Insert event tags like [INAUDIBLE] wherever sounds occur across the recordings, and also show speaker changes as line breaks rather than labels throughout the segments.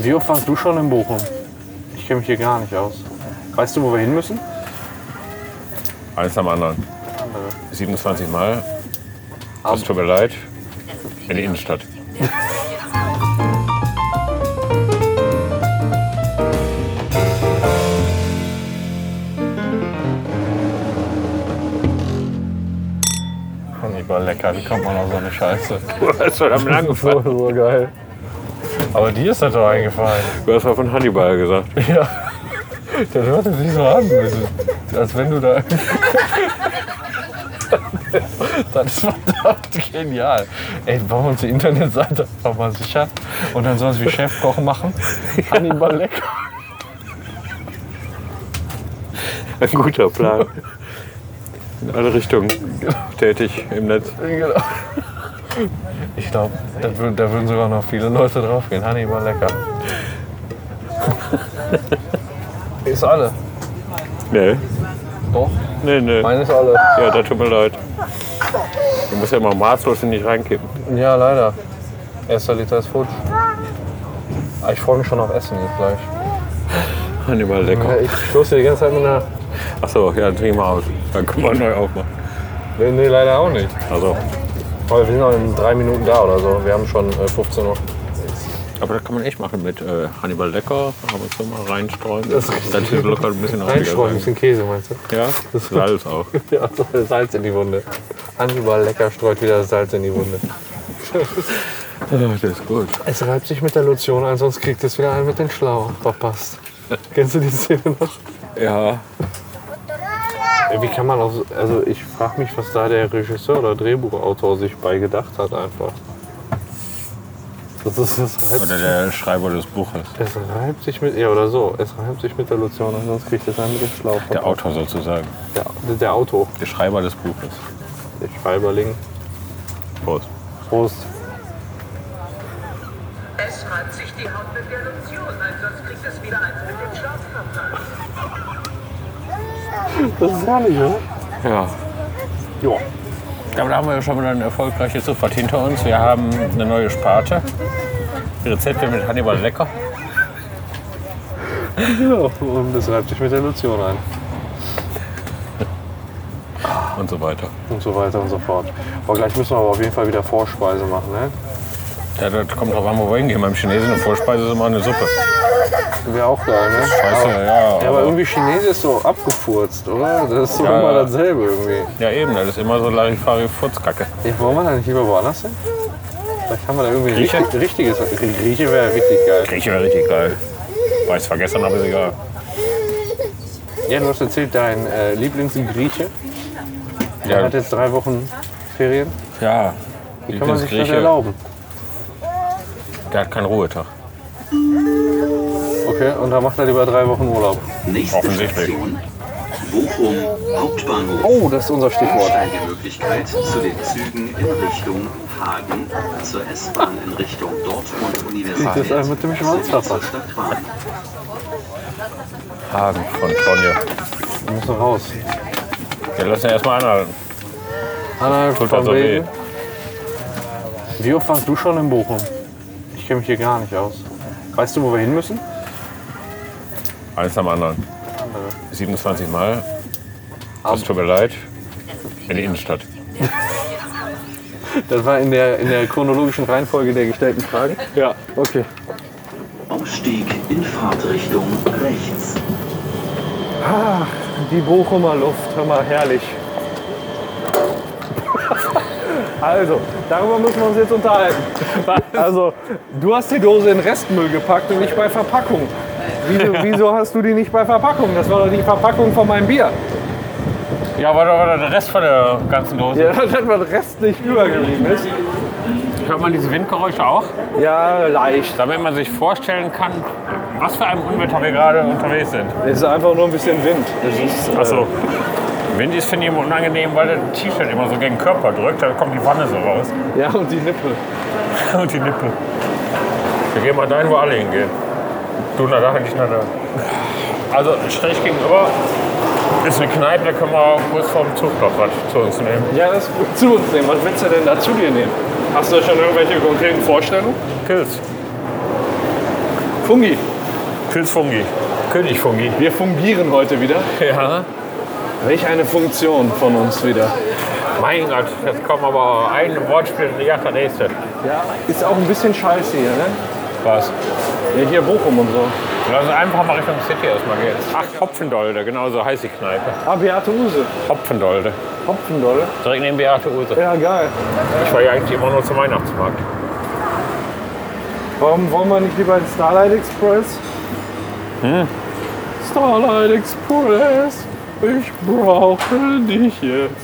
Wie oft warst du schon in Bochum? Ich kenne mich hier gar nicht aus. Weißt du, wo wir hin müssen?
Eins am anderen. 27 Mal. Es tut mir leid. In die Innenstadt.
Hm, Hannibal lecker, wie kommt man auf so eine Scheiße?
Das ist verdammt lang
So,
gefallen.
so oh, geil. Aber dir ist das doch eingefallen.
Du hast mal von Hannibal gesagt.
[LAUGHS] Ja. Das hört sich so an, bitte. als wenn du da. Das ist verdammt genial. Ey, bauen wir uns die Internetseite einfach mal sicher und dann sonst wie Chefkoch machen. Hannibal lecker.
Ein guter Plan. In alle Richtungen tätig im Netz.
Genau. Ich glaube, da, wür- da würden sogar noch viele Leute draufgehen. Hannibal lecker. Ist alle.
Nee,
Doch,
nee, nee.
meine ist alle.
Ja, das tut mir leid. Du musst ja immer maßlos in dich reinkippen.
Ja, leider. Erster Liter ist futsch. Aber ich freue mich schon auf Essen jetzt gleich.
Hannibal lecker.
Ich stoße die ganze Zeit mit einer.
Achso, ja, dann trink mal aus. Dann können wir neu aufmachen.
Nee, nee, leider auch nicht.
Also,
Aber wir sind noch in drei Minuten da oder so. Wir haben schon äh, 15 Uhr.
aber das kann man echt machen mit äh, Hannibal lecker. Haben wir so mal reinstreuen. Das ist locker ein
Einstreuen,
bisschen
ein
aufgegangen.
bisschen Käse, meinst du?
Ja, das Salz [LAUGHS] auch.
Ja, [LAUGHS] so Salz in die Wunde. Hannibal lecker streut wieder Salz in die Wunde.
Das ist gut.
Es reibt sich mit der Lotion ein, sonst kriegt es wieder einen mit den Schlauch. Verpasst. Kennst du die Szene noch?
Ja,
Wie kann man auch so, also ich frage mich, was da der Regisseur oder Drehbuchautor sich bei gedacht hat einfach. Das ist das reibt,
oder der Schreiber des Buches.
es reibt sich mit ja oder so, es reibt sich mit der Lotion und sonst kriegt es einen mit dem Schlauch.
Der Autor sozusagen.
der, der Auto,
Der Schreiber des Buches.
der Schreiberling.
Prost.
Prost.
Es schreibt sich die Haut mit der Lotion, ein, sonst kriegt es wieder eins mit dem Schlafkörper.
Das ist herrlich, oder?
Ja.
Ja.
Damit haben wir ja schon wieder eine erfolgreiche Zufahrt hinter uns. Wir haben eine neue Sparte. Rezepte mit Hannibal Lecker.
Genau. Und es reibt sich mit der Lotion ein.
Und so weiter.
Und so weiter und so fort. Aber gleich müssen wir aber auf jeden Fall wieder Vorspeise machen, ne?
Ja, das kommt drauf an, wo wir hingehen. Beim Chinesen eine Vorspeise ist immer eine Suppe.
Wäre auch geil, ne?
Weißt du, ja.
Ja, aber
aber-
irgendwie Chinesisch ist so abgefurzt, oder? Das ist so
Ja.
immer dasselbe irgendwie.
Ja, eben, das ist immer so Larifari-Furzkacke.
Ja, wollen wir da nicht lieber woanders hin? Vielleicht haben wir da irgendwie ein
Grieche?
richtig, richtiges. Grieche wäre richtig geil.
Grieche wäre richtig geil. War es vergessen, aber ist egal.
Ja, du hast erzählt, dein äh, Lieblingsgrieche. Der
Ja,
hat jetzt drei Wochen Ferien.
ja.
Die kann man sich das
Lieblingsgrieche,
erlauben.
der hat keinen Ruhetag.
Okay, und da macht er lieber drei Wochen Urlaub.
Nächste
Offensichtlich.
Station, Bochum Hauptbahnhof.
Oh, das ist unser Stichwort.
Steigemöglichkeit zu den Zügen in Richtung Hagen, zur S-Bahn in Richtung Dortmund Universal.
Das ist ein mit dem Schwanz
zur
verpasst.
Stadtbahn.
Hagen von Tronje.
Wir müssen raus.
Wir lassen erstmal anhalten.
Anna
Tut
von
also weh.
Wegen. Wie oft warst du schon in Bochum? Ich kenne mich hier gar nicht aus. Weißt du, wo wir hin müssen?
Eins am anderen. 27 Mal.
Am-
Es tut mir leid. In die Innenstadt.
Das war in der, in der chronologischen Reihenfolge der gestellten Fragen.
Ja.
Okay.
Umstieg in Fahrtrichtung rechts.
Die Bochumer Luft, hör mal, herrlich. [LAUGHS] Also, darüber müssen wir uns jetzt unterhalten. Also, du hast die Dose in Restmüll gepackt und nicht bei Verpackung. Wieso, wieso hast du die nicht bei Verpackung? Das war doch die Verpackung von meinem Bier.
Ja, war doch war doch der Rest von der ganzen Dose.
[LAUGHS] Ja, das hat man restlich übergerieben ist.
Hört man diese Windgeräusche auch?
Ja, leicht.
Damit man sich vorstellen kann, was für einem Unwetter wir gerade unterwegs sind.
Es ist einfach nur ein bisschen Wind. Es ist, äh,
Achso. Wind ist, finde ich, immer unangenehm, weil der T-Shirt immer so gegen den Körper drückt. Da kommt die Wanne so raus. [LAUGHS]
Ja, und die Nippel.
Und die Lippe. Wir gehen mal dahin, wo alle hingehen. Du nach da, ich nach da. Also schräg gegenüber ist eine Kneipe, da können wir auch kurz vorm Zugplatz was zu uns nehmen.
Ja, das zu uns nehmen. Was willst du denn da zu dir nehmen? Hast du schon irgendwelche konkreten Vorstellungen?
Kills.
Fungi,
Pilzfungi. Königfungi. [LAUGHS]
wir fungieren heute wieder.
Ja.
Welch eine Funktion von uns wieder.
Mein Gott, jetzt kommen aber ein Wortspiel nach der nächste.
Ja, ist auch ein bisschen scheiße hier, ne?
Was?
Ja, hier Bochum und so.
Lass uns also einfach mal Richtung City erstmal gehen. Ach, Hopfendolde, genau so heißt die Kneipe.
Ah, Beate Use.
Hopfendolde.
Hopfendoll.
Direkt neben Beate Use.
Ja, geil.
Ich war ja eigentlich immer nur zum Weihnachtsmarkt.
Warum wollen wir nicht lieber den Starlight Express? Hm? Starlight Express, ich brauche dich jetzt.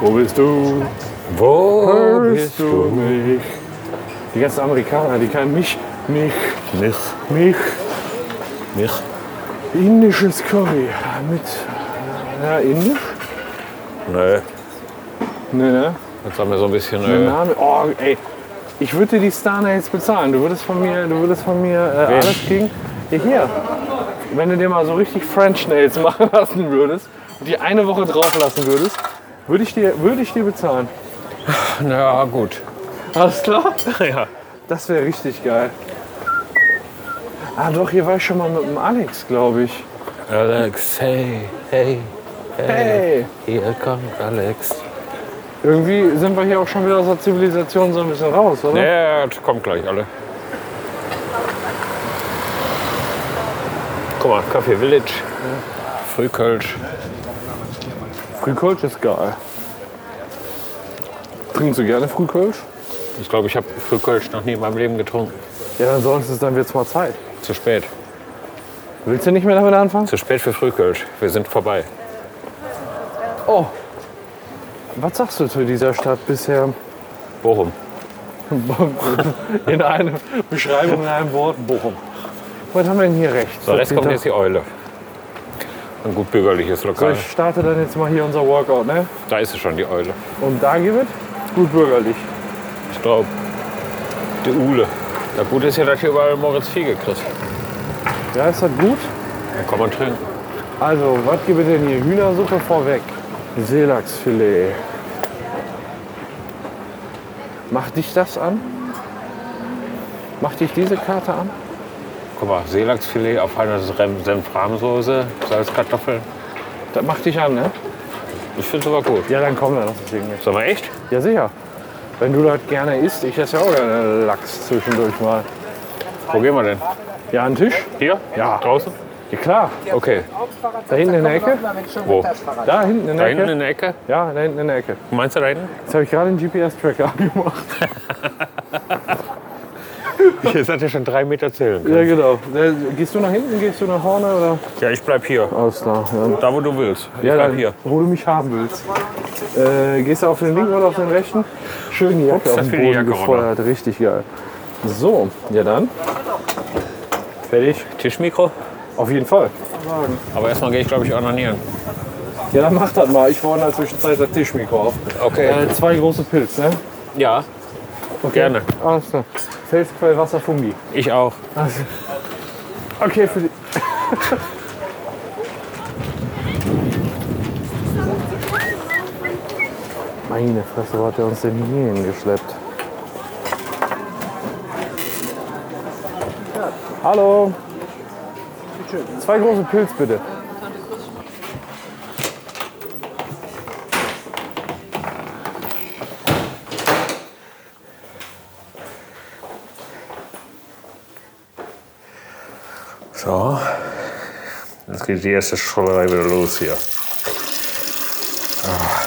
Wo bist du?
Wo
mich? Die ganzen Amerikaner, die kennen mich, mich,
Mich,
mich.
mich.
Indisches Curry mit. Ja, indisch?
Nö.
Ne, ne?
Jetzt haben wir so ein bisschen.
Der
Äh,
Name. Oh, ey. Ich würde dir die Starnails bezahlen. Du würdest von mir, du würdest von mir äh, alles kriegen. Ja, hier. Wenn du dir mal so richtig French Nails [LAUGHS] machen lassen würdest und die eine Woche drauf lassen würdest, würde ich, dir- würde ich dir bezahlen.
na gut.
Alles klar?
[LAUGHS] Ja.
Das wäre richtig geil. Ah doch, hier war ich schon mal mit dem Alex, glaube ich.
Alex, hey, hey,
Hey!
hier kommt Alex.
Irgendwie sind wir hier auch schon wieder aus der Zivilisation so ein bisschen raus, oder?
Ja, jetzt kommt gleich alle. Guck mal, Kaffee Village, Frühkölsch.
Frühkölsch ist geil. Trinkst du gerne Frühkölsch?
Ich glaube, ich habe Frühkölsch noch nie in meinem Leben getrunken.
Ja, dann sonst ist dann wird's mal Zeit.
Zu spät.
Willst du nicht mehr damit anfangen?
Zu spät für Frühkölsch. Wir sind vorbei.
Oh. Was sagst du zu dieser Stadt bisher?
Bochum.
In einer Beschreibung, in einem Wort, Bochum. Was haben wir denn hier rechts?
So, jetzt
Das
kommt
sieht
jetzt die Eule. Ein gut bürgerliches
doch- so,
Lokal.
ich starte dann jetzt mal hier unser Workout, ne?
Da ist sie schon, die Eule.
Und da gibt es gut bürgerlich.
Ich glaube, die Uhle. Das Gute ist ja, dass hier überall Moritz Fiege kriegst.
Ja, ist das gut?
Dann kann man trinken.
Also, was gibt es denn hier? Hühnersuppe vorweg. Seelachsfilet. Macht dich das an? Macht dich diese Karte an?
Guck mal, Seelachsfilet auf einer Rem- Senf-Rahmsoße, Salzkartoffeln.
Das macht dich an, ne?
Ich finde es aber gut.
Ja, dann komm, dann lass uns irgendwie.
Sag mal, echt?
Ja, sicher. Wenn du das gerne isst, ich esse ja auch gerne Lachs zwischendurch mal.
Wo gehen wir denn?
Ja, einen Tisch?
Hier?
Ja.
Draußen?
Ja, klar.
Okay.
Da hinten in der Ecke?
Wo?
Da hinten in
Da
der
hinten
Ecke?
in der Ecke?
Ja, da hinten in der Ecke.
Meinst du da [LAUGHS] hinten?
Jetzt habe ich gerade einen GPS-Tracker [LAUGHS] angemacht.
Jetzt hat er schon drei Meter zählen.
Ja, genau. Da- Gehst du nach hinten, gehst du nach vorne oder?
Ja, ich bleib hier.
Alles klar. Ja,
Da, wo du willst. Ich
ja
bleib
dann,
hier.
wo du mich haben willst. Äh, gehst du auf den linken oder auf den rechten? Schön die Jacke
Ups,
auf
da
den
fiel die
Boden
Jacke
gefeuert. Richtig geil. So, ja dann. Fertig?
Tischmikro?
Auf jeden Fall.
Aber erstmal gehe ich, glaube ich, ordnieren.
Ja, dann mach das mal. Ich baue in der Zwischenzeit das Tischmikro auf.
Okay.
Äh, zwei große Pilz, ne?
Ja. Gerne.
Alles klar. Felsquell, Wasser, Fungi.
Ich auch.
Okay, für die. Meine Fresse, wo hat er uns denn hier hingeschleppt? Hallo. Zwei große Pilz bitte.
So. Jetzt geht die erste Schollerei wieder los hier. Ah.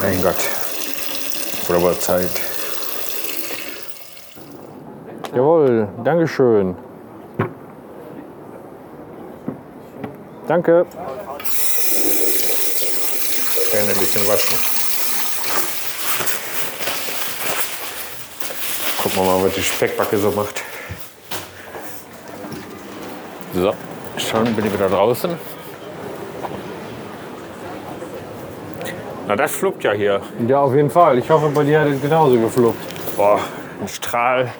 Mein Gott. Wurde aber Zeit.
Jawohl, Dankeschön. Danke.
Gerne ein bisschen waschen. Gucken wir mal, was die Speckbacke so macht. So, schon bin ich wieder draußen. Na, das fluppt ja hier.
Ja, auf jeden Fall. Ich hoffe, bei dir hat es genauso geflucht.
Boah, ein Strahl.